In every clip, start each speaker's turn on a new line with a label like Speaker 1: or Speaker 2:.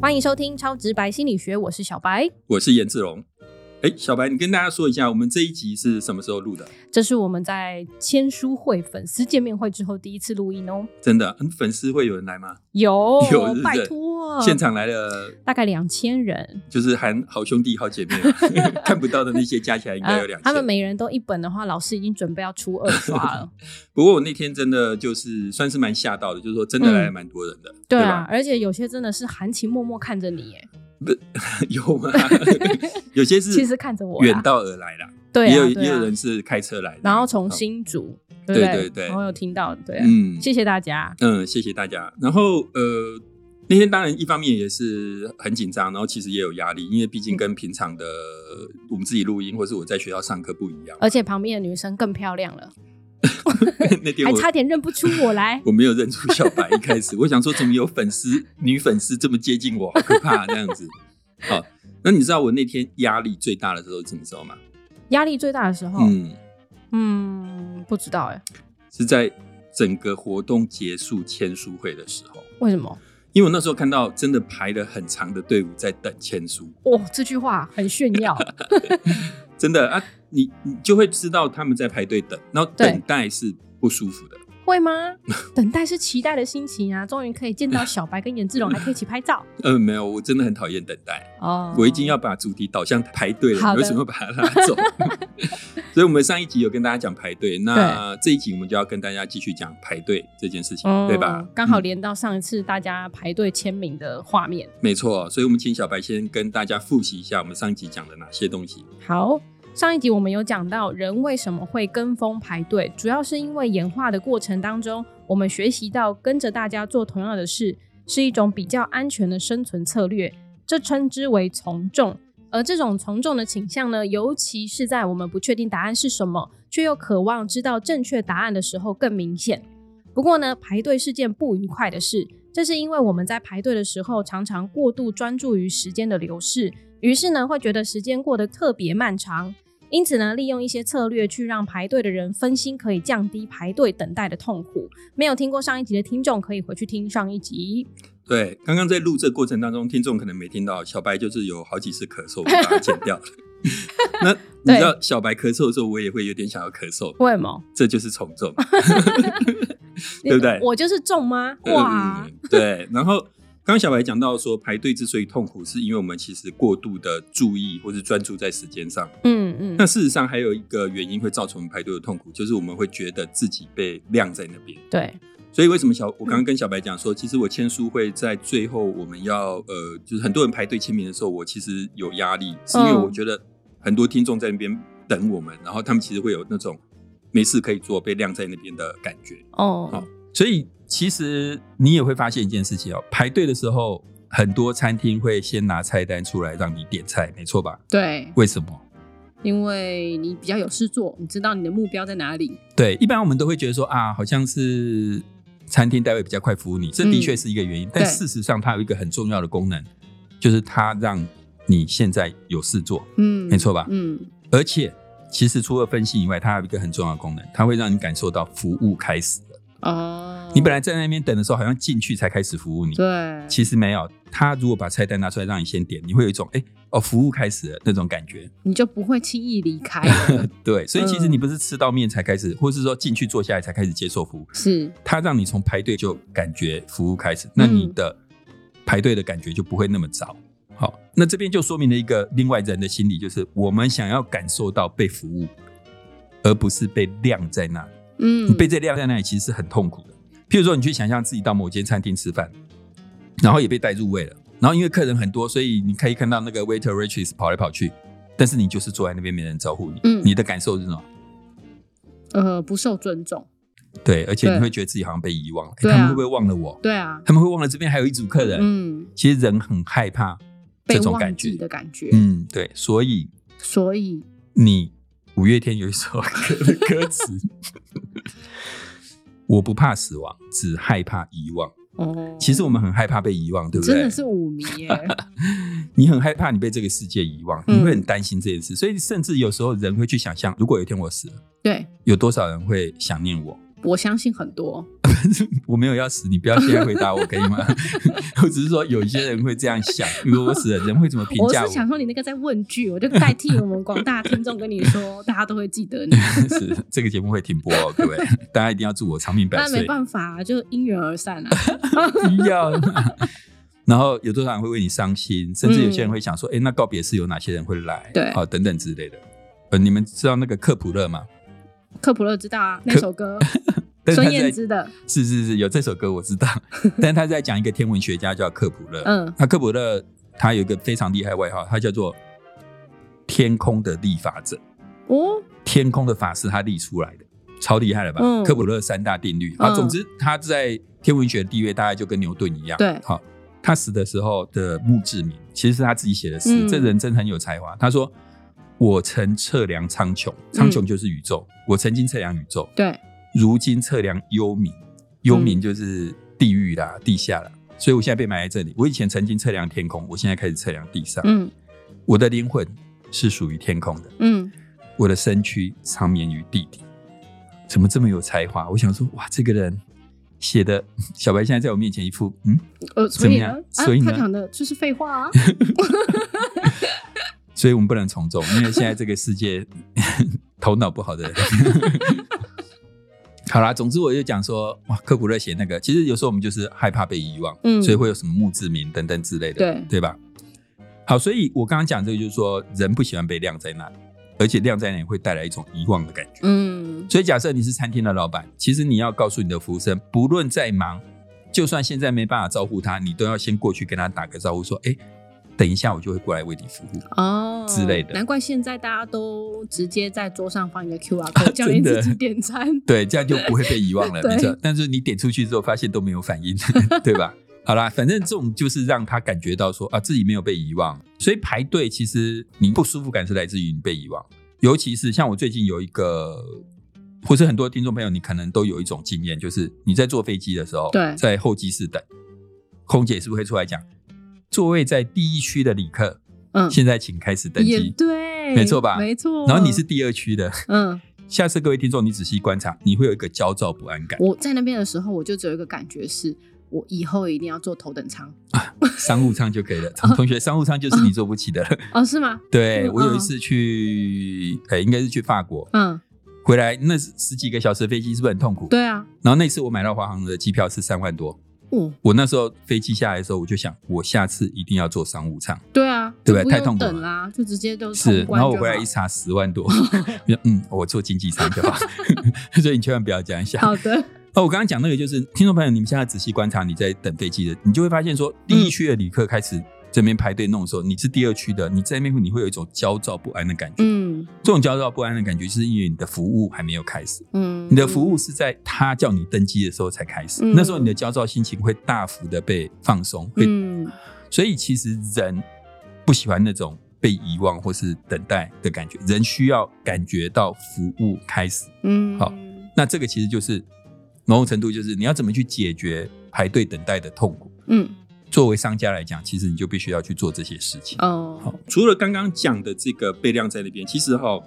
Speaker 1: 欢迎收听《超直白心理学》，我是小白，
Speaker 2: 我是颜志龙。哎，小白，你跟大家说一下，我们这一集是什么时候录的？
Speaker 1: 这是我们在签书会、粉丝见面会之后第一次录音哦。
Speaker 2: 真的，嗯，粉丝会有人来吗？
Speaker 1: 有，
Speaker 2: 有是不是
Speaker 1: 哦拜托，哦
Speaker 2: 现场来了，
Speaker 1: 大概两千人，
Speaker 2: 就是含好兄弟、好姐妹， 看不到的那些加起来应该有两
Speaker 1: 啊他们
Speaker 2: 千。
Speaker 1: 每人都一本的话，老师已经准备要出二刷 了。
Speaker 2: 不过我那天真的就是算是蛮吓到的，就是说真的来了蛮多人的，
Speaker 1: 嗯对
Speaker 2: 对
Speaker 1: 啊
Speaker 2: 吧？，
Speaker 1: 而且有些真的是含情脉脉看着你，耶，
Speaker 2: 有吗？有些是
Speaker 1: 其实看着我啦
Speaker 2: 远道而来啦，
Speaker 1: 对啊，
Speaker 2: 也有
Speaker 1: 对啊
Speaker 2: 也有人是开车来的，
Speaker 1: 然后从
Speaker 2: 嗯
Speaker 1: 新竹，对不
Speaker 2: 对对对
Speaker 1: 我有听到，对啊，
Speaker 2: 嗯
Speaker 1: 谢谢大家。
Speaker 2: 嗯，谢谢大家。然后呃，那天当然一方面也是很紧张，然后其实也有压力，因为毕
Speaker 1: 嗯
Speaker 2: 竟跟平常的我们自己录音或是我在学校上课 不一样。
Speaker 1: 而且旁边的女生更漂亮了，
Speaker 2: 那天
Speaker 1: 还
Speaker 2: 我。
Speaker 1: 差点认不出我来
Speaker 2: 我没有认出小白，一开始我想说怎么有粉丝女粉丝这么接近我，好可怕这样子。好，那你知道我那天压力最大的时候是什么时候吗？
Speaker 1: 压力最大的时候，
Speaker 2: 嗯，
Speaker 1: 嗯，不知道哎，
Speaker 2: 是在整个活动结束签书会的时候，
Speaker 1: 为什么？
Speaker 2: 因为我那时候看到真的排了很长的队伍在等签书。
Speaker 1: 哦，这句话很炫耀，
Speaker 2: 真的啊，你你就会知道他们在排队等，然后
Speaker 1: 对
Speaker 2: 等待是不舒服的。
Speaker 1: 会 吗？等待是期待的心情啊，终于可以见到 小白跟颜志龙，还可以一起拍照
Speaker 2: 嗯、没有，我真的很讨厌等待，
Speaker 1: 哦。
Speaker 2: 我已经要把主题导向排队
Speaker 1: 好的
Speaker 2: 了，你为什么把它拉走？ 所以，我们上一集有跟大家讲排队，那这一集我们就要跟大家继续讲排队这件事情，
Speaker 1: 哦
Speaker 2: 对吧？
Speaker 1: 刚好
Speaker 2: 嗯
Speaker 1: 连到上一次大家排队签名的画面。
Speaker 2: 没错，所以我们请小白先跟大家复习一下我们上一集讲的哪些东西。
Speaker 1: 好，上一集我们有讲到人为什么会跟风排队，主要是因为演化的过程当中，我们学习到跟着大家做同样的事是一种比较安全的生存策略，这称之为从众。而这种从众的倾向呢，尤其是在我们不确定答案是什么，却又渴望知道正确答案的时候更明显。不过呢，排队是件不愉快的事，这是因为我们在排队的时候常常过度专注于时间的流逝，于是呢会觉得时间过得特别漫长。因此呢，利用一些策略去让排队的人分心，可以降低排队等待的痛苦。没有听过上一集的听众，可以回去听上一集。
Speaker 2: 对，刚刚在录这过程当中，听众可能没听到，小白就是有好几次咳嗽，我把它剪掉了。那你知道小白咳嗽的时候，我也会有点想要咳嗽，
Speaker 1: 为什么？
Speaker 2: 这就是从众，对不对？
Speaker 1: 我就是中吗？哇，
Speaker 2: 嗯，对。然后刚刚小白讲到说，排队之所以痛苦，是因为我们其实过度的注意或是专注在时间上。
Speaker 1: 嗯嗯
Speaker 2: 那，事实上还有一个原因会造成我们排队的痛苦，就是我们会觉得自己被晾在那边。
Speaker 1: 对，
Speaker 2: 所以为什么小我刚刚跟小白讲说，其实我签书会在最后我们要呃，就是很多人排队签名的时候，我其实有压力，是因为
Speaker 1: 嗯
Speaker 2: 我觉得很多听众在那边等我们，然后他们其实会有那种没事可以做被晾在那边的感觉。
Speaker 1: 哦
Speaker 2: 好，所以其实你也会发现一件事情哦，排队的时候，很多餐厅会先拿菜单出来让你点菜，没错吧？
Speaker 3: 对，
Speaker 2: 为什么？
Speaker 3: 因为你比较有事做，你知道你的目标在哪里。
Speaker 2: 对，一般我们都会觉得说啊，好像是餐厅单位比较快服务你，这的
Speaker 3: 嗯
Speaker 2: 确是一个原因。但
Speaker 3: 对
Speaker 2: 事实上，它有一个很重要的功能，就是它让你现在有事做，
Speaker 3: 嗯，
Speaker 2: 没错吧？
Speaker 3: 嗯，
Speaker 2: 而且，其实除了分析以外，它还有一个很重要的功能，它会让你感受到服务开始了。
Speaker 3: 哦，
Speaker 2: 你本来在那边等的时候，好像进去才开始服务你，
Speaker 3: 对，
Speaker 2: 其实没有。他如果把菜单拿出来让你先点，你会有一种哎、哦服务开始了那种感觉。
Speaker 3: 你就不会轻易离 开。
Speaker 2: 对，所以其实
Speaker 3: 嗯
Speaker 2: 你不是吃到面才开始，或是说进去坐下来才开始接受服务，
Speaker 3: 是，
Speaker 2: 它让你从排队就感觉服务开始，那
Speaker 3: 嗯
Speaker 2: 你的排队的感觉就不会那么糟。好，那这边就说明了一个另外人的心理，就是我们想要感受到被服务，而不是被晾在那里。
Speaker 3: 嗯
Speaker 2: 你，被这晾在那里其实是很痛苦的。譬如说，你去想象自己到某间餐厅吃饭，然后也被带入位了，然后因为客人很多，所以你可以看到那个 waiter waitress 跑来跑去，但是你就是坐在那边没人招呼你，
Speaker 3: 嗯
Speaker 2: 你的感受是什么？
Speaker 3: 呃不受尊重。
Speaker 2: 对，而且你
Speaker 3: 对
Speaker 2: 会觉得自己好像被遗忘了，诶
Speaker 3: 对啊
Speaker 2: 他们会不会忘了我？
Speaker 3: 对啊，
Speaker 2: 他们会忘了这边还有一组客人。
Speaker 3: 嗯，
Speaker 2: 其实人很害怕这
Speaker 3: 被
Speaker 2: 种
Speaker 3: 忘
Speaker 2: 感觉
Speaker 3: 记。的感觉。
Speaker 2: 嗯，对，所以
Speaker 3: 所以
Speaker 2: 你五月天有一首 歌的歌词：“我不怕死亡，只害怕遗忘。
Speaker 3: 哦，
Speaker 2: 其实我们很害怕被遗忘，对不对？
Speaker 3: 真的是舞迷 耶，
Speaker 2: 你很害怕你被这个世界遗忘，你
Speaker 3: 嗯
Speaker 2: 会很担心这件事，所以甚至有时候人会去想象，如果有一天我死了，
Speaker 3: 对
Speaker 2: 有多少人会想念我？
Speaker 3: 我相信很多，
Speaker 2: 我没有要死，你不要现在回答我，可以吗？ 我只是说有一些人会这样想，如果我死了，人会怎么评
Speaker 3: 我
Speaker 2: 价
Speaker 3: 是
Speaker 2: 我？
Speaker 3: 想说你那个在问句，我就代替我们广大听众跟你说，大家都会记得你。
Speaker 2: 是这个节目会停播哦，各位，大家一定要祝我长命百
Speaker 3: 那没
Speaker 2: 岁。
Speaker 3: 办法、啊就因缘而散啊。
Speaker 2: 不要。 然后有多少人会为你伤心，甚至有些人会想说：“哎、那告别式有哪些人会来？
Speaker 3: 嗯对
Speaker 2: 好、等等之类的。”呃，你们知道那个克普勒吗？
Speaker 3: 克普勒知道啊，那首歌
Speaker 2: 但是他
Speaker 3: 孙
Speaker 2: 是
Speaker 3: 燕
Speaker 2: 在
Speaker 3: 姿的，
Speaker 2: 是是是有这首歌 我知道，但他在讲一个天文学家叫克普勒。
Speaker 3: 嗯，
Speaker 2: 那克普勒他有一个非常厉害的外号，他叫做天空的立法者。
Speaker 3: 哦，
Speaker 2: 天空的法是他立出来的，超厉害了吧？
Speaker 3: 嗯
Speaker 2: 科普勒三大定律啊，
Speaker 3: 嗯
Speaker 2: 总之他在天文学的地位大概就跟牛顿一样。
Speaker 3: 对
Speaker 2: 好、他死的时候的墓志铭其实是他自己写的诗，
Speaker 3: 嗯
Speaker 2: 这人真很有才华。他说：“我曾测量苍
Speaker 3: 嗯
Speaker 2: 穹，苍穹就是宇宙，我曾经测量宇宙，
Speaker 3: 对，
Speaker 2: 如今测量幽冥，幽
Speaker 3: 嗯
Speaker 2: 冥就是地狱啦、地下啦。”所以我现在被埋在这里。我以前曾经测量天空，我现在开始测量地上。
Speaker 3: 嗯
Speaker 2: 我的灵魂是属于天空的。
Speaker 3: 嗯，
Speaker 2: 我的身躯长眠于地底。怎么这么有才华？我想说，哇，这个人写的， 小白现在在我面前一副，嗯，
Speaker 3: 呃，所以呢，啊、
Speaker 2: 怎么样所以呢
Speaker 3: 他讲的就是废话 啊，
Speaker 2: 所以我们不能从众，因为现在这个世界 头脑不好的人。 好啦，总之我就讲说，哇，科普勒写那个，其实有时候我们就是害怕被遗忘，
Speaker 3: 嗯
Speaker 2: 所以会有什么墓志铭等等之类的，
Speaker 3: 对
Speaker 2: 对吧？好，所以我刚刚讲这个就是说，人不喜欢被晾在那里，而且晾在那里会带来一种遗忘的感觉。
Speaker 3: 嗯，
Speaker 2: 所以，假设你是餐厅的老板，其实你要告诉你的服务生，不论再忙，就算现在没办法招呼他，你都要先过去跟他打个招呼，说：“哎、等一下，我就会过来为你服务。
Speaker 3: 哦
Speaker 2: 之类的
Speaker 3: 难怪现在大家都直接在桌上放一个 QR code，叫你
Speaker 2: 啊真的
Speaker 3: 自己点餐”，
Speaker 2: 对，这样就不会被 遗忘了，
Speaker 3: 对
Speaker 2: 没错。但是你点出去之后，发现都没有反应，对吧？好啦，反正这种就是让他感觉到说啊，自己没有被遗忘。所以排队其实你不舒服感是来自于你被遗忘，尤其是像我最近有一个，或是很多听众朋友，你可能都有一种经验，就是你在坐飞机的时候，
Speaker 3: 对
Speaker 2: 在候机室等，空姐是不是会出来讲，座位在第一区的旅客，
Speaker 3: 嗯，
Speaker 2: 现在请开始登
Speaker 3: 也
Speaker 2: 机，
Speaker 3: 对，
Speaker 2: 没错吧
Speaker 3: 没错。
Speaker 2: 然后你是，第二区的，
Speaker 3: 嗯，
Speaker 2: 下次各位听众你仔细观察，你会有一个焦躁不安感。
Speaker 3: 我在那边的时候，我就只有一个感觉是，我以后一定要坐头等 舱。
Speaker 2: 商务舱就可以 了。同同学，商务舱就是你坐不起的了。
Speaker 3: 哦，是吗？
Speaker 2: 对
Speaker 3: 哦嗯
Speaker 2: 我有一次去，哎、应该是去法国，
Speaker 3: 嗯，
Speaker 2: 回来那十几个小时的飞机是不是很痛苦？。
Speaker 3: 对啊，
Speaker 2: 然后那次我买到华航的机票是三万多，
Speaker 3: 哦，
Speaker 2: 我那时候飞机下来的时候，我就想，我下次一定要坐商务舱。
Speaker 3: 对啊，
Speaker 2: 对吧
Speaker 3: 就不
Speaker 2: 太
Speaker 3: 用
Speaker 2: 痛苦了
Speaker 3: 等啦，就直接都
Speaker 2: 是
Speaker 3: 通，关
Speaker 2: 然后我
Speaker 3: 嗯就
Speaker 2: 回来
Speaker 3: 好
Speaker 2: 一查十 万多，我说嗯，我坐经济舱就好， 所以你千万不要这样想。
Speaker 3: 好 的，
Speaker 2: 哦，我刚刚讲那个就是，听众朋友，你们现在仔细观察，你在等飞机的，你就会发现说，第
Speaker 3: 嗯
Speaker 2: 一区的旅客开始这边排队弄的时候，你是第二区的，你在那边你会有一种焦躁不安的感觉。
Speaker 3: 嗯
Speaker 2: 这种焦躁不安的感觉，是因为你的服务还没有开始，
Speaker 3: 嗯，
Speaker 2: 你的服务是在他叫你登机的时候才开始，
Speaker 3: 嗯
Speaker 2: 那时候你的焦躁心情会大幅的被放松，会，
Speaker 3: 嗯
Speaker 2: 所以其实人不喜欢那种被遗忘或是等待的感觉，人需要感觉到服务开始。
Speaker 3: 嗯
Speaker 2: 好那这个其实就是某种程度就是你要怎么去解决排队等待的痛苦。
Speaker 3: 嗯
Speaker 2: 作为商家来讲，其实你就必须要去做这些事情。好
Speaker 3: 哦，，
Speaker 2: 除了刚刚讲的这个备量在那边，其实哈、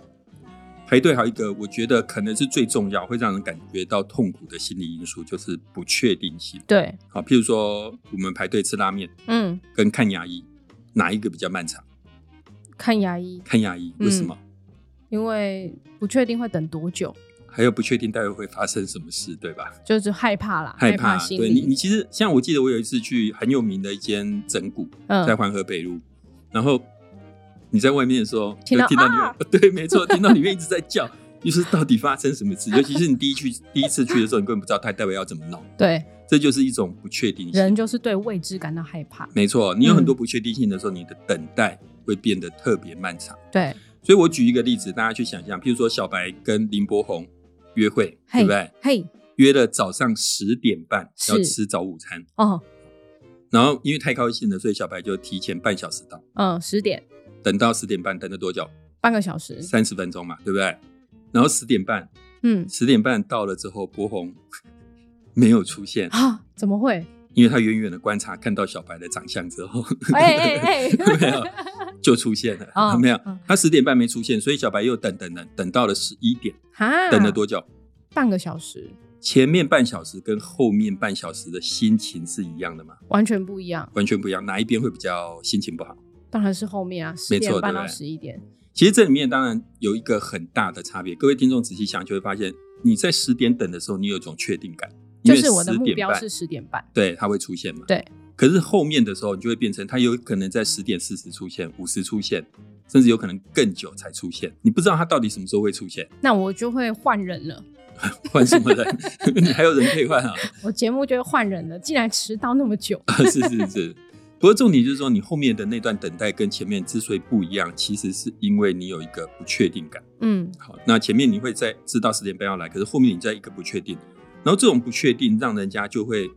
Speaker 2: 排队还有一个，我觉得可能是最重要，会让人感觉到痛苦的心理因素，就是不确定性。
Speaker 1: 对，
Speaker 2: 好，譬如说我们排队吃拉面
Speaker 1: 嗯，
Speaker 2: 跟看牙医，哪一个比较漫长？
Speaker 1: 看牙医，
Speaker 2: 看牙医为什么？
Speaker 1: 因为不确定会等多久，
Speaker 2: 还有不确定待会会发生什么事，对吧？
Speaker 1: 就是害怕啦，
Speaker 2: 害
Speaker 1: 怕
Speaker 2: 怕，
Speaker 1: 心
Speaker 2: 对你，你
Speaker 1: 理，
Speaker 2: 其实像我记得我有一次去很有名的一间整骨，在
Speaker 1: 嗯，
Speaker 2: 环河北路，然后你在外面的时候，
Speaker 1: 听
Speaker 2: 就
Speaker 1: 到
Speaker 2: 听到里面、
Speaker 1: 啊
Speaker 2: 对，没错，听到里面一直在叫，就是到底发生什么事？尤其是你第一去第一次去的时候，你根本不知道他待会要怎么弄，
Speaker 1: 对，
Speaker 2: 这就是一种不确定
Speaker 1: 人
Speaker 2: 性。
Speaker 1: 就是嗯对未知感到害怕，
Speaker 2: 没错，你有很多不确定性的时候，你的等待会变得特别漫长。
Speaker 1: 对，
Speaker 2: 所以我举一个例子，大家去想象，譬如说小白跟林柏宏约会，对
Speaker 1: 嘿
Speaker 2: 不对？
Speaker 1: 嘿，
Speaker 2: 约了早上十点半要
Speaker 1: 是
Speaker 2: 吃早午餐，
Speaker 1: 哦，
Speaker 2: 然后因为太高兴了，所以小白就提前半小时到，
Speaker 1: 嗯，十点，
Speaker 2: 等到十点半，等了多久？
Speaker 1: 半个小时，
Speaker 2: 三十分钟嘛，对不对？然后十点半，
Speaker 1: 嗯，
Speaker 2: 十点半到了之后，博红 没有出现，
Speaker 1: 啊，怎么会？
Speaker 2: 因为他远远的观察看到小白的长相之后，
Speaker 1: 哎哎哎，
Speaker 2: 没有就出现了，
Speaker 1: 哦
Speaker 2: 没有
Speaker 1: 嗯，
Speaker 2: 他十点半没出现，所以小白又等等等，等到了十一点，
Speaker 1: 哈，
Speaker 2: 等了多久？
Speaker 1: 半个小时，
Speaker 2: 前面半小时跟后面半小时的心情是一样的吗？
Speaker 1: 完全不一样。
Speaker 2: 完全不一样，哪一边会比较心情不好？
Speaker 1: 当然是后面啊，十
Speaker 2: 没
Speaker 1: 点
Speaker 2: 错
Speaker 1: 半
Speaker 2: 对
Speaker 1: 到
Speaker 2: 不对
Speaker 1: 十一点，
Speaker 2: 其实这里面当然有一个很大的差别，各位听众仔细想就会发现，你在十点等的时候，你有一种确定感，因
Speaker 1: 就
Speaker 2: 为
Speaker 1: 是我的目
Speaker 2: 10点
Speaker 1: 标
Speaker 2: 半
Speaker 1: 是十点半。
Speaker 2: 对，它会出现嘛？
Speaker 1: 对。
Speaker 2: 可是后面的时候，你就会变成它有可能在十点四十出现、五十出现，甚至有可能更久才出现。你不知道它到底什么时候会出现，
Speaker 1: 那我就会换人了，
Speaker 2: 换什么人？ 你还有人可以换啊？
Speaker 1: 我节目就会换人了。竟然迟到那么 久，
Speaker 2: 是是是。不过重点就是说，你后面的那段等待跟前面之所以不一样，其实是因为你有一个不确定感。
Speaker 1: 嗯，
Speaker 2: 好，那前面你会在知道十点半要来，可是后面你在一个不确定，然后这种不确定让人家就会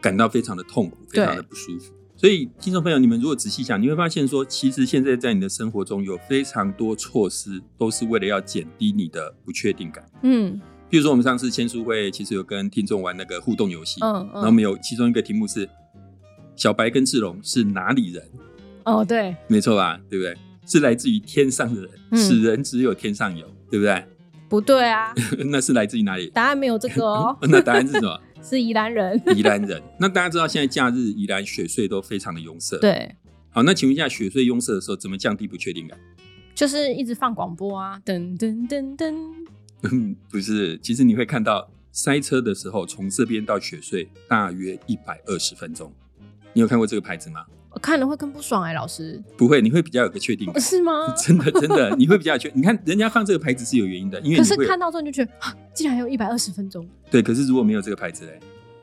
Speaker 2: 感到非常的痛苦，非
Speaker 1: 对
Speaker 2: 常的不舒服。所以，听众朋友，你们如果仔细想，你会发现说，其实现在在你的生活中有非常多措施，都是为了要减低你的不确定感。
Speaker 1: 嗯
Speaker 2: 比如说，我们上次签书会其实有跟听众玩那个互动游戏，
Speaker 1: 嗯
Speaker 2: 然后我
Speaker 1: 嗯，
Speaker 2: 们有其中一个题目是小白跟志龙是哪里人？
Speaker 1: 哦对，
Speaker 2: 没错吧？对不对？是来自于天上的人，
Speaker 1: 嗯
Speaker 2: 此人只有天上有，对不对？
Speaker 1: 不对啊，
Speaker 2: 那是来自于哪里？，
Speaker 1: 答案没有这个哦
Speaker 2: 那答案是什么？
Speaker 1: 是宜兰人。
Speaker 2: 宜兰人。 那大家知道现在假日宜兰雪隧都非常的拥塞。。
Speaker 1: 对，
Speaker 2: 好，那请问一下，雪隧拥塞的时候怎么降低不确定感？
Speaker 1: 就是一直放广播啊，噔噔噔噔，
Speaker 2: 不是，其实你会看到塞车的时候，从这边到雪隧大约一百二十分钟。你有看过这个牌子吗？
Speaker 1: 我看了会更不爽哎、老师
Speaker 2: 不会，你会比较有个确定感。
Speaker 1: 是吗？
Speaker 2: 真的，真的，你会比较有确。你看人家放这个牌子是有原因的，因为
Speaker 1: 可
Speaker 2: 你
Speaker 1: 是
Speaker 2: 会有
Speaker 1: 看到之后你就觉得，啊竟然还有一百二十分钟，
Speaker 2: 对。可是如果没有这个牌子嘞，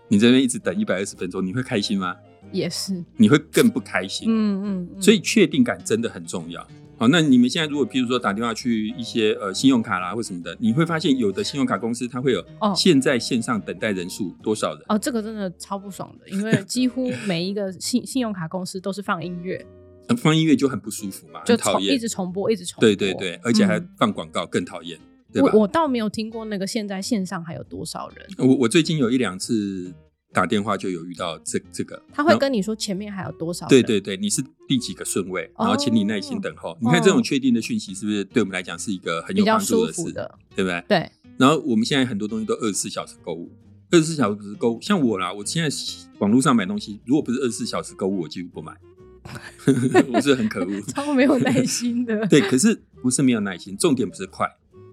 Speaker 2: 你这边一直等一百二十分钟，你会开心吗？
Speaker 1: 也是，
Speaker 2: 你会更不开心。
Speaker 1: 嗯嗯，嗯
Speaker 2: 所以确定感真的很重要。好，那你们现在如果譬如说打电话去一些呃信用卡啦或什么的，你会发现有的信用卡公司它会有
Speaker 1: 哦
Speaker 2: 现在线上等待人数多少人，
Speaker 1: 哦，这个真的超不爽的，因为几乎每一个信 信用卡公司都是放音乐，
Speaker 2: 呃放音乐就很不舒服嘛，
Speaker 1: 就
Speaker 2: 很讨
Speaker 1: 重一
Speaker 2: 厌。
Speaker 1: 直重播，一直重播。
Speaker 2: 对对对，而且还
Speaker 1: 嗯
Speaker 2: 放广告，更讨厌，对吧？
Speaker 1: 我我倒没有听过那个现在线上还有多少人，
Speaker 2: 我我最近有一两次打电话就有遇到这这个，
Speaker 1: 他
Speaker 2: 然
Speaker 1: 会
Speaker 2: 后
Speaker 1: 跟你说前面还有多少人，
Speaker 2: 对对对，你是第几个顺位，
Speaker 1: 哦
Speaker 2: 然后请你耐心等候。你看这种确定的讯息是不是对我们来讲是一个很
Speaker 1: 比
Speaker 2: 有
Speaker 1: 较
Speaker 2: 帮助
Speaker 1: 舒
Speaker 2: 的事，
Speaker 1: 服的，
Speaker 2: 对不对？
Speaker 1: 对，
Speaker 2: 然后我们现在很多东西都二十四小时购物，二十四小时购物，像我啦，我现在网络上买东西，如果不是二十四小时购物，我几乎不买， 我是很可恶。。
Speaker 1: 超没有耐心的
Speaker 2: 对，可是不是没有耐心，重点不是快，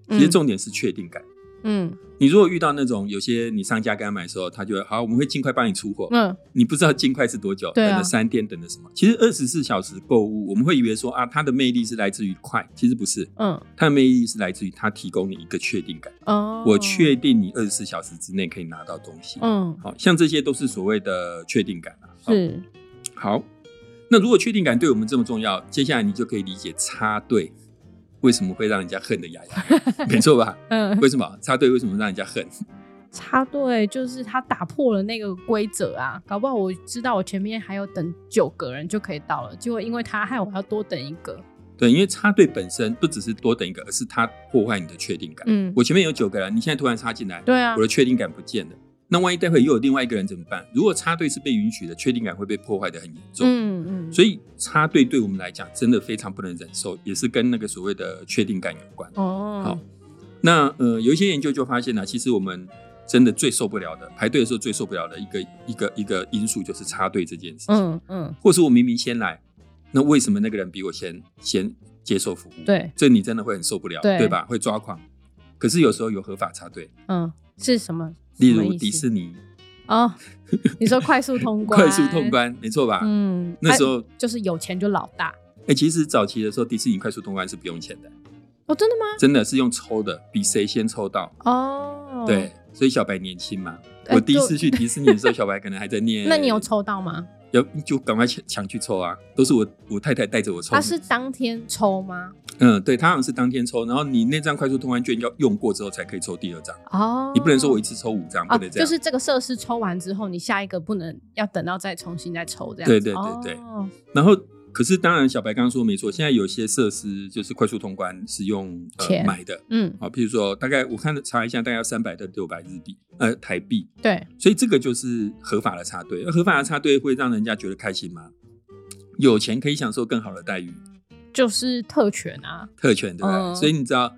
Speaker 2: 其实重点是确定感。
Speaker 1: 嗯
Speaker 2: 你如果遇到那种有些你上家跟他买的时候，他就会好，我们会尽快帮你出货。
Speaker 1: 嗯
Speaker 2: 你不知道尽快是多久，
Speaker 1: 对啊
Speaker 2: 等了三天，等了什么？其实二十四小时购物，我们会以为说啊，它的魅力是来自于快，其实不是，
Speaker 1: 嗯
Speaker 2: 它的魅力是来自于它提供你一个确定感。
Speaker 1: 哦，
Speaker 2: 我确定你二十四小时之内可以拿到东西。
Speaker 1: 嗯
Speaker 2: 好像这些都是所谓的确定感啊。好
Speaker 1: 是
Speaker 2: 好，那如果确定感对我们这么重要，接下来你就可以理解插队为什么会让人家恨得牙痒痒， 没错吧？
Speaker 1: 嗯
Speaker 2: 为什么插队为什么让人家恨？
Speaker 1: 插队就是他打破了那个规则啊，搞不好我知道我前面还有等九个人就可以到了，结果因为他害我要多等一个，
Speaker 2: 对，因为插队本身不只是多等一个，而是它破坏你的确定感。
Speaker 1: 嗯
Speaker 2: 我前面有九个人，你现在突然插进来，
Speaker 1: 对啊
Speaker 2: 我，的确定感不见了。那万一待会又有另外一个人怎么办？如果插队是被允许的，确定感会被破坏的很严重。
Speaker 1: 嗯嗯，
Speaker 2: 所以插队对我们来讲真的非常不能忍受，也是跟那个所谓的确定感有关。
Speaker 1: 哦
Speaker 2: 好，那呃，有一些研究就发现呢、其实我们真的最受不了的，排队的时候最受不了的一个一个一个因素就是插队这件事情，
Speaker 1: 嗯嗯
Speaker 2: 或是我明明先来，那为什么那个人比我先先接受服务？，
Speaker 1: 对
Speaker 2: 这你真的会很受不了，
Speaker 1: 对
Speaker 2: 对吧？会抓狂。可是有时候有合法插队，
Speaker 1: 嗯是什么？
Speaker 2: 例
Speaker 1: 什么
Speaker 2: 如
Speaker 1: 意思
Speaker 2: 迪士尼
Speaker 1: 哦，你说快速通关，
Speaker 2: 快速通，关，没错吧？
Speaker 1: 嗯，
Speaker 2: 那时
Speaker 1: 哎
Speaker 2: 候，
Speaker 1: 就是有钱就老大
Speaker 2: 哎、其实早期的时候，迪士尼快速通关是不用钱的，
Speaker 1: 哦，真的吗？
Speaker 2: 真的是用抽的，比谁先抽到。
Speaker 1: 哦，
Speaker 2: 对，，所以小白年轻嘛。
Speaker 1: 哎
Speaker 2: 我第一
Speaker 1: 就
Speaker 2: 次去迪士尼的时候，小白可能还在 念。
Speaker 1: 那你有？抽到吗？
Speaker 2: 要就赶快抢抢去抽啊！都是我我太太带着我抽。
Speaker 1: 他啊是当天抽吗？
Speaker 2: 嗯，对，他好像是当天抽，然后你那张快速通关券要用过之后才可以抽第二张，
Speaker 1: 哦，
Speaker 2: 你不能说我一次抽五张，
Speaker 1: 哦，
Speaker 2: 不能这
Speaker 1: 就
Speaker 2: 样。
Speaker 1: 是这个设施抽完之后，你下一个不能要等到再重新再抽这样子。
Speaker 2: 对对对对
Speaker 1: 哦
Speaker 2: 然后可是当然，小白刚刚说没错，现在有些设施就是快速通关是用、呃、
Speaker 1: 钱
Speaker 2: 买的
Speaker 1: 嗯，
Speaker 2: 啊、譬如说大概我看查一下，大概要三百到六百日币，呃台币，
Speaker 1: 对，
Speaker 2: 所以这个就是合法的插队。而合法的插队会让人家觉得开心吗？有钱可以享受更好的待遇，
Speaker 1: 就是特权啊，
Speaker 2: 特权，对不对？
Speaker 1: 嗯
Speaker 2: 所以你知道，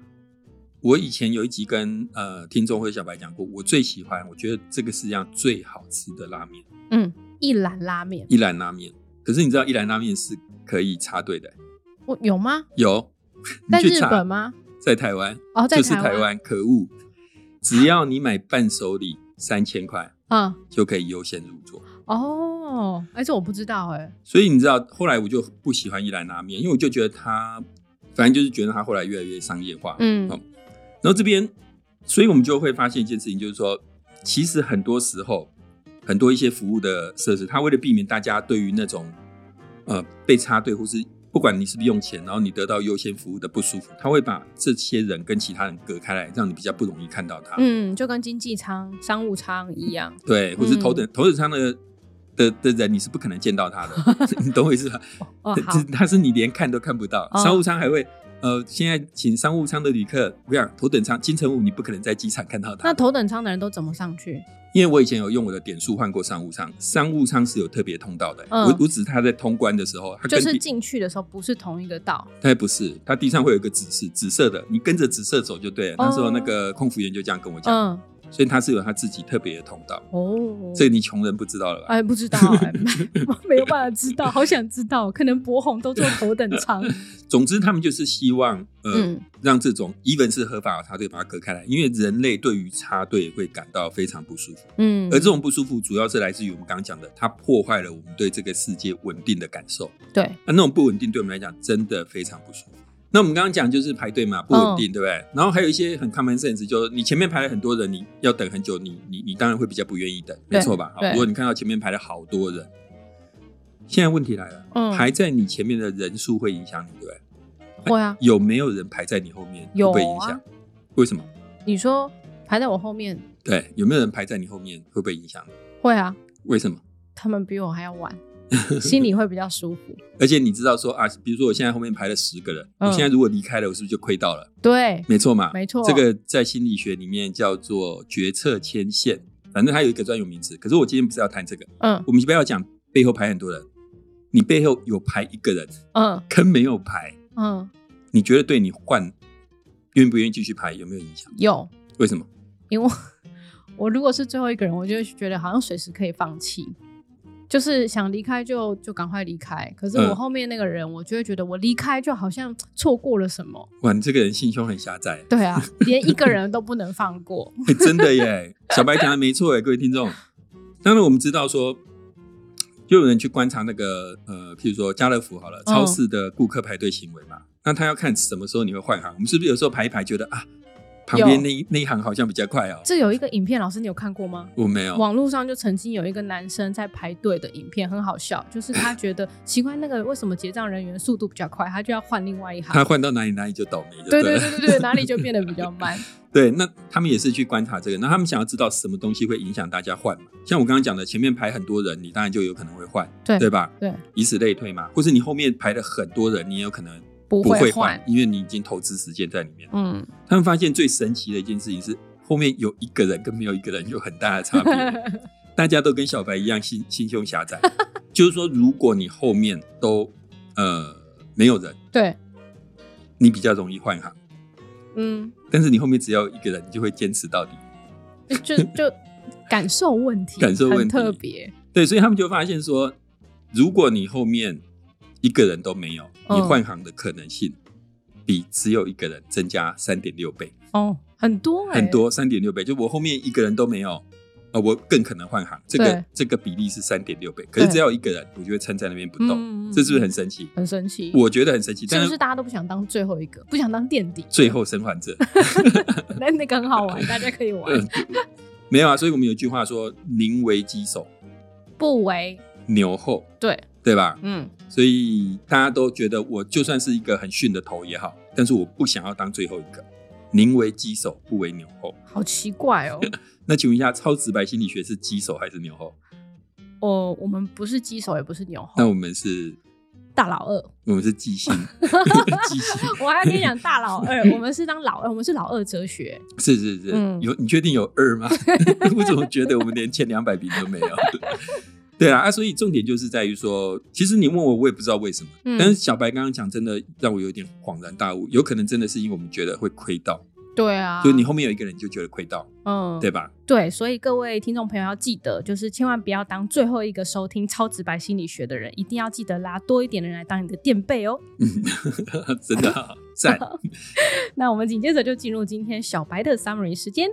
Speaker 2: 我以前有一集跟呃听众或者小白讲过，我最喜欢，我觉得这个世界上最好吃的拉面，
Speaker 1: 嗯，一兰拉面，
Speaker 2: 一兰拉面。可是你知道，一兰拉面是可以插队的，
Speaker 1: 我有吗？
Speaker 2: 有。你
Speaker 1: 在
Speaker 2: 去
Speaker 1: 日
Speaker 2: 查
Speaker 1: 本？吗？
Speaker 2: 在台湾，
Speaker 1: 哦，在
Speaker 2: 就是
Speaker 1: 台
Speaker 2: 台湾，可恶！只要你买伴手礼三千块，
Speaker 1: 啊、
Speaker 2: 就可以优先入座。
Speaker 1: 嗯，哦，哎、这我不知道哎、
Speaker 2: 所以你知道，后来我就不喜欢一兰拉面，因为我就觉得它，反正就是觉得它后来越来越商业化。
Speaker 1: 嗯
Speaker 2: 好然后这边，所以我们就会发现一件事情，就是说，其实很多时候，很多一些服务的设施，它为了避免大家对于那种呃被插队或是不管你是不是用钱，然后你得到优先服务的不舒服，它会把这些人跟其他人隔开来，让你比较不容易看到他。
Speaker 1: 嗯，就跟经济舱、商务舱一样，
Speaker 2: 对，或是头等、头等舱的的的人，你是不可能见到他 的， 你懂我意思吧？
Speaker 1: 哦，
Speaker 2: 这
Speaker 1: 好
Speaker 2: 这，他是你连看都看不到，
Speaker 1: 哦
Speaker 2: 商务舱还会。呃，现在请商务舱的旅客，我想头等舱金城武，你不可能在机场看到他
Speaker 1: 那。头等舱的人都怎么上去？
Speaker 2: 因为我以前有用我的点数换过商务舱，商务舱是有特别通道的、
Speaker 1: 嗯
Speaker 2: 我我指他在通关的时候，他
Speaker 1: 就
Speaker 2: 啊跟
Speaker 1: 是
Speaker 2: 地，
Speaker 1: 进去的时候不是同一个道，
Speaker 2: 他不是，他地上会有一个指示，紫色的，你跟着紫色走就对了。那时候
Speaker 1: 哦
Speaker 2: 那个空服员就这样跟我讲，
Speaker 1: 嗯，
Speaker 2: 所以他是有他自己特别的通道。
Speaker 1: 哦，
Speaker 2: 这个你穷人不知道了吧？
Speaker 1: 哎，不知道、 哎， 没有办法知道，好想知道，可能博红都坐头等舱，
Speaker 2: 总之，他们就是希望呃、
Speaker 1: 嗯
Speaker 2: 让这种 even 是合法的插队把它隔开来，因为人类对于插队会感到非常不舒服，
Speaker 1: 嗯
Speaker 2: 而这种不舒服主要是来自于我们刚刚讲的，它破坏了我们对这个世界稳定的感受。
Speaker 1: 对，
Speaker 2: 那那种不稳定对我们来讲真的非常不舒服。那我们刚刚讲就是排队嘛，不稳
Speaker 1: 嗯
Speaker 2: 定，对不对？然后还有一些很 common sense，就是你前面排了很多人，你要等很久，你你你当然会比较不愿意等，
Speaker 1: 对
Speaker 2: 没错吧？好
Speaker 1: 对
Speaker 2: 如果你看到前面排了好多人，现在问题来了，
Speaker 1: 嗯
Speaker 2: 排在你前面的人数会影响你，对不对？
Speaker 1: 会啊，
Speaker 2: 有没有人排在你后面会
Speaker 1: 有
Speaker 2: 不会影响？
Speaker 1: 啊
Speaker 2: 为什么？
Speaker 1: 你说排在我后面，
Speaker 2: 对，有没有人排在你后面会不会影响？
Speaker 1: 会啊，
Speaker 2: 为什么？
Speaker 1: 他们比我还要 晚，心里会比较舒服。
Speaker 2: 而且你知道说啊，比如说我现在后面排了十个人，
Speaker 1: 嗯
Speaker 2: 我现在如果离开了，我是不是就亏到了？
Speaker 1: 对，
Speaker 2: 没错嘛，
Speaker 1: 没错
Speaker 2: 这个在心理学里面叫做决策牵线，反正它有一个专有名词。可是我今天不是要谈这个，
Speaker 1: 嗯
Speaker 2: 我们不要讲背后排很多人，你背后有排一个人，
Speaker 1: 嗯
Speaker 2: 跟没有排，
Speaker 1: 嗯，
Speaker 2: 你觉得对你换愿不愿意继续排有没有影响？
Speaker 1: 有，
Speaker 2: 为什么？
Speaker 1: 因为我如果是最后一个人，我就会觉得好像随时可以放弃，就是想离开就就赶快离开。可是
Speaker 2: 嗯
Speaker 1: 我后面那个人，我就会觉得我离开就好像错过了什么。
Speaker 2: 哇，你这个人心胸很狭窄，
Speaker 1: 对 啊，连一个人都不能放 过。
Speaker 2: 欸 真的耶，小白讲的没错耶，各位听众。当然，我们知道说，就有人去观察那个呃，譬如说家乐福好
Speaker 1: 嗯
Speaker 2: 了，超市的顾客排队行为嘛。那他要看什么时候你会换行。我们是不是有时候排一排，觉得啊，旁边那一那一行好像比较快哦？
Speaker 1: 这有一个影片，老师你有看过吗？
Speaker 2: 我没有，
Speaker 1: 网络上就曾经有一个男生在排队的影片，很好笑，就是他觉得奇怪，那个为什么结账人员速度比较快，他就要换另外一行
Speaker 2: 他。换到哪里哪里就倒霉就
Speaker 1: 对对
Speaker 2: 对了。
Speaker 1: 对对对，哪里就变得比较慢。
Speaker 2: 对，那他们也是去观察这个，那他们想要知道什么东西会影响大家换嘛？像我刚刚讲的，前面排很多人，你当然就有可能会换，
Speaker 1: 对
Speaker 2: 对吧？
Speaker 1: 对，
Speaker 2: 以此类推嘛。或是你后面排了很多人，你也有可能
Speaker 1: 不会
Speaker 2: 会
Speaker 1: 换
Speaker 2: 因为你已经投资时间在里面。
Speaker 1: 嗯，
Speaker 2: 他们发现最神奇的一件事情是，后面有一个人跟没有一个人有很大的 差别，大家都跟小白一样心心胸狭窄， 就是说，如果你后面都呃没有人，
Speaker 1: 对，
Speaker 2: 你比较容易换行。
Speaker 1: 嗯，
Speaker 2: 但是你后面只要有一个人，你就会坚持到底。
Speaker 1: 就就就感受问题，
Speaker 2: 感受问题
Speaker 1: 很特别。
Speaker 2: 对，所以他们就发现说，如果你后面一个人都没有，
Speaker 1: 嗯
Speaker 2: 你换行的可能性比只有一个人增加三点六倍，
Speaker 1: 哦，很多、欸、
Speaker 2: 很，多三点六倍。就我后面一个人都没有，呃，我更可能换行。这
Speaker 1: 对
Speaker 2: 个这个比例是三点六倍，可是
Speaker 1: 对
Speaker 2: 只要有一个人，我就会撑在那边不动，
Speaker 1: 嗯，
Speaker 2: 这是不是很神奇？
Speaker 1: 很神奇？
Speaker 2: 我觉得很神奇，
Speaker 1: 是
Speaker 2: 但
Speaker 1: 不是大家都不想当最后一个，不想当垫底？
Speaker 2: 最后生还者，
Speaker 1: 那那个很好玩，大家可以玩。
Speaker 2: 嗯没有啊。所以我们有一句话说“宁为鸡首，
Speaker 1: 不为
Speaker 2: 牛后
Speaker 1: 对，”，
Speaker 2: 对吧？
Speaker 1: 嗯，
Speaker 2: 所以大家都觉得我就算是一个很逊的头也好，但是我不想要当最后一个，宁为鸡首不为牛后。
Speaker 1: 好奇怪 哦。
Speaker 2: 那请问一下，超直白心理学是鸡首还是牛后？
Speaker 1: 哦，我们不是鸡手，也不是牛
Speaker 2: 那
Speaker 1: 后，
Speaker 2: 我们是
Speaker 1: 大老二，
Speaker 2: 我们是 即兴，即兴，
Speaker 1: 我还要跟你讲大老 二，我们是当老二，我们是老二哲学。
Speaker 2: 是是是，
Speaker 1: 嗯
Speaker 2: 有你确定有二吗？ 我怎么觉得我们连前两百名都没有？ 对啊，啊，所以重点就是在于说，其实你问我，我也不知道为什么。
Speaker 1: 嗯
Speaker 2: 但是小白刚刚讲，真的让我有点恍然大悟，有可能真的是因为我们觉得会亏到，
Speaker 1: 对啊
Speaker 2: 就你后面有一个人就觉得亏到，
Speaker 1: 嗯
Speaker 2: 对吧？
Speaker 1: 对，所以各位听众朋友要记得，就是千万不要当最后一个收听《超直白心理学》的人，一定要记得拉多一点的人来当你的垫背哦。
Speaker 2: 真的啊 赞。
Speaker 1: 那我们紧接着就进入今天小白的 summary 时间。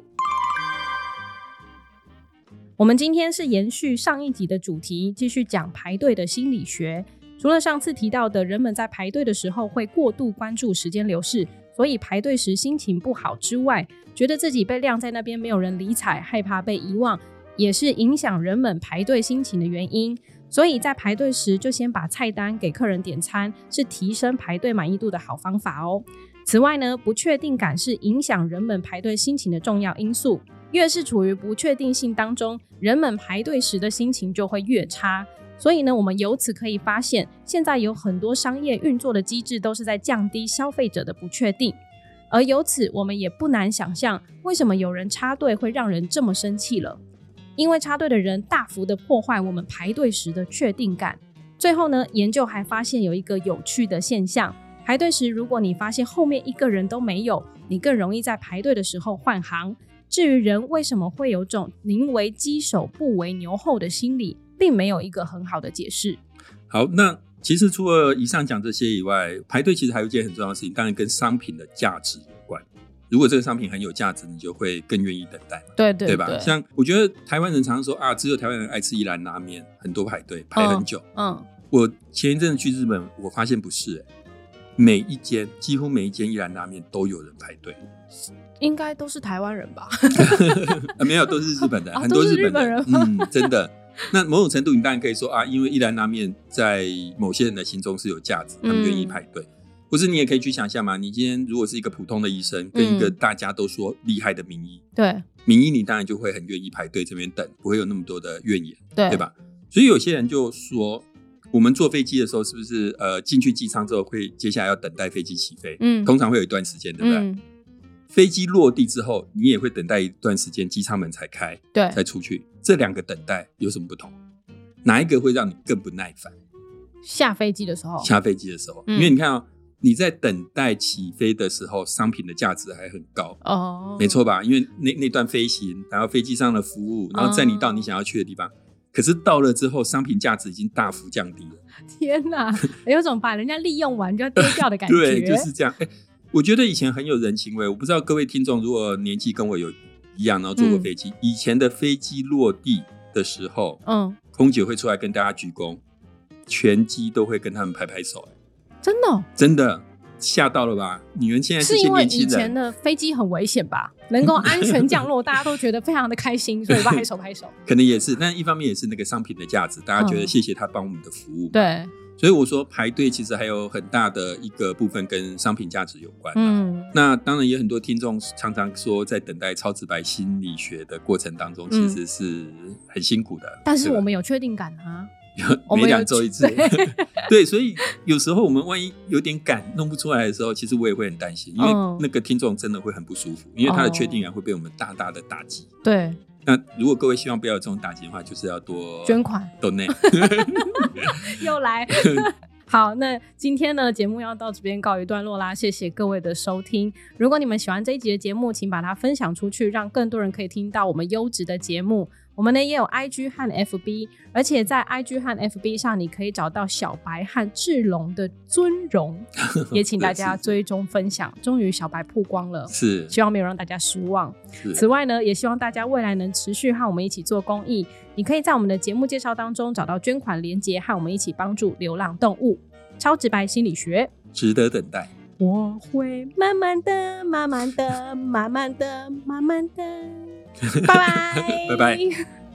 Speaker 1: 我们今天是延续上一集的主题，继续讲排队的心理学。除了上次提到的，人们在排队的时候会过度关注时间流逝，所以排队时心情不好之外，觉得自己被晾在那边没有人理睬，害怕被遗忘，也是影响人们排队心情的原因。所以在排队时，就先把菜单给客人点餐，是提升排队满意度的好方法哦。此外呢，不确定感是影响人们排队心情的重要因素。越是处于不确定性当中，人们排队时的心情就会越差。所以呢，我们由此可以发现，现在有很多商业运作的机制都是在降低消费者的不确定。而由此，我们也不难想象，为什么有人插队会让人这么生气了。因为插队的人大幅的破坏我们排队时的确定感。最后呢，研究还发现有一个有趣的现象：排队时，如果你发现后面一个人都没有，你更容易在排队的时候换行。至于人为什么会有种“宁为鸡首不为牛后”的心理，并没有一个很好的解释。
Speaker 2: 好，那其实除了以上讲这些以外，排队其实还有一件很重要的事情，当然跟商品的价值有关。如果这个商品很有价值，你就会更愿意等待嘛，
Speaker 1: 对对
Speaker 2: 吧？像我觉得台湾人常常说啊，只有台湾人爱吃一兰拉面，很多排队排很久。
Speaker 1: 嗯，
Speaker 2: 我前一阵子去日本，我发现不是、欸，每一间几乎每一间一兰拉面都有人排队，
Speaker 1: 应该都是台湾人吧？
Speaker 2: 啊，没有，都是日本人，
Speaker 1: 啊
Speaker 2: 很多
Speaker 1: 都是
Speaker 2: 本
Speaker 1: 日本
Speaker 2: 嗯，真的。那某种程度，你当然可以说啊，因为一兰拉面在某些人的心中是有价值，他们愿意
Speaker 1: 嗯
Speaker 2: 排队。或是你也可以去想象嘛，你今天如果是一个普通的医生，跟
Speaker 1: 嗯
Speaker 2: 一个大家都说厉害的名医，
Speaker 1: 对
Speaker 2: 名医你当然就会很愿意排队这边等，不会有那么多的怨言，
Speaker 1: 对
Speaker 2: 对？吧？所以有些人就说，我们坐飞机的时候是不是呃进去机舱之后会接下来要等待飞机起飞？
Speaker 1: 嗯
Speaker 2: 通常会有一段时间，对不对？
Speaker 1: 嗯，
Speaker 2: 飞机落地之后，你也会等待一段时间，机舱门才开。
Speaker 1: 对
Speaker 2: 再出去，这两个等待有什么不同？哪一个会让你更不耐烦？
Speaker 1: 下飞机的时候
Speaker 2: 下飞机的时候，
Speaker 1: 嗯
Speaker 2: 因为你看哦，你在等待起飞的时候，商品的价值还很高，
Speaker 1: 哦
Speaker 2: 没，错吧？因为那那段飞行，然后飞机上的服务，然后载
Speaker 1: 哦
Speaker 2: 你到你想要去的地方。可是到了之后，商品价值已经大幅降低了。
Speaker 1: 天哪，哎有种把人家利用完就要丢掉的 感觉。
Speaker 2: 对，就是这样。哎、我觉得以前很有人情味。我不知道各位听众如果年纪跟我有一样，然
Speaker 1: 嗯
Speaker 2: 后坐过飞机，以前的飞机落地的时候，
Speaker 1: 嗯，
Speaker 2: 空姐会出来跟大家鞠躬，全机都会跟他们拍拍手、欸
Speaker 1: 真的哦、
Speaker 2: 真的吓到了吧？你们现在
Speaker 1: 是
Speaker 2: 些
Speaker 1: 因为
Speaker 2: 年
Speaker 1: 以
Speaker 2: 轻
Speaker 1: 前
Speaker 2: 人，
Speaker 1: 的飞机很危险吧？ 能够安全降落，大家都觉得非常的开 心，所以拍手拍手。
Speaker 2: 可能也是，但一方面也是那个商品的价值，大家觉得
Speaker 1: 嗯
Speaker 2: 谢谢他帮我们的服务。，
Speaker 1: 对，
Speaker 2: 所以我说排队其实还有很大的一个部分跟商品价值有关。
Speaker 1: 嗯
Speaker 2: 那当然，也很多听众常常说，在等待超直白心理学的过程当中，其
Speaker 1: 嗯
Speaker 2: 实是很辛苦的。
Speaker 1: 但是
Speaker 2: 对吧
Speaker 1: 我们有确定感啊。我们
Speaker 2: 每
Speaker 1: 有
Speaker 2: 两周一次， 对，所以有时候我们万一有点赶弄不出来的时候，其实我也会很担心，因为
Speaker 1: 嗯
Speaker 2: 那个听众真的会很不舒服，因为他的
Speaker 1: 哦
Speaker 2: 确定感会被我们大大的打击。
Speaker 1: 对，
Speaker 2: 那如果各位希望不要有这种打击的话，就是要多
Speaker 1: 捐款
Speaker 2: donate。
Speaker 1: 又来。好，那今天呢，节目要到这边告一段落啦，谢谢各位的收听。如果你们喜欢这一集的节目，请把它分享出去，让更多人可以听到我们优质的节目。我们呢也有 IG 和 FB，而且在 IG 和 FB 上，你可以找到小白和志龙的尊容，也请大家追踪分享。终于小白曝光了，
Speaker 2: 是
Speaker 1: 希望没有让大家失望。
Speaker 2: 是
Speaker 1: 此
Speaker 2: 是
Speaker 1: 外呢，也希望大家未来能持续和我们一起做公益。你可以在我们的节目介绍当中找到捐款连结，和我们一起帮助流浪动物。超直白心理学，
Speaker 2: 值得等待。，
Speaker 1: 我会慢慢的、慢慢的、慢慢的、慢慢的。拜拜
Speaker 2: 拜拜。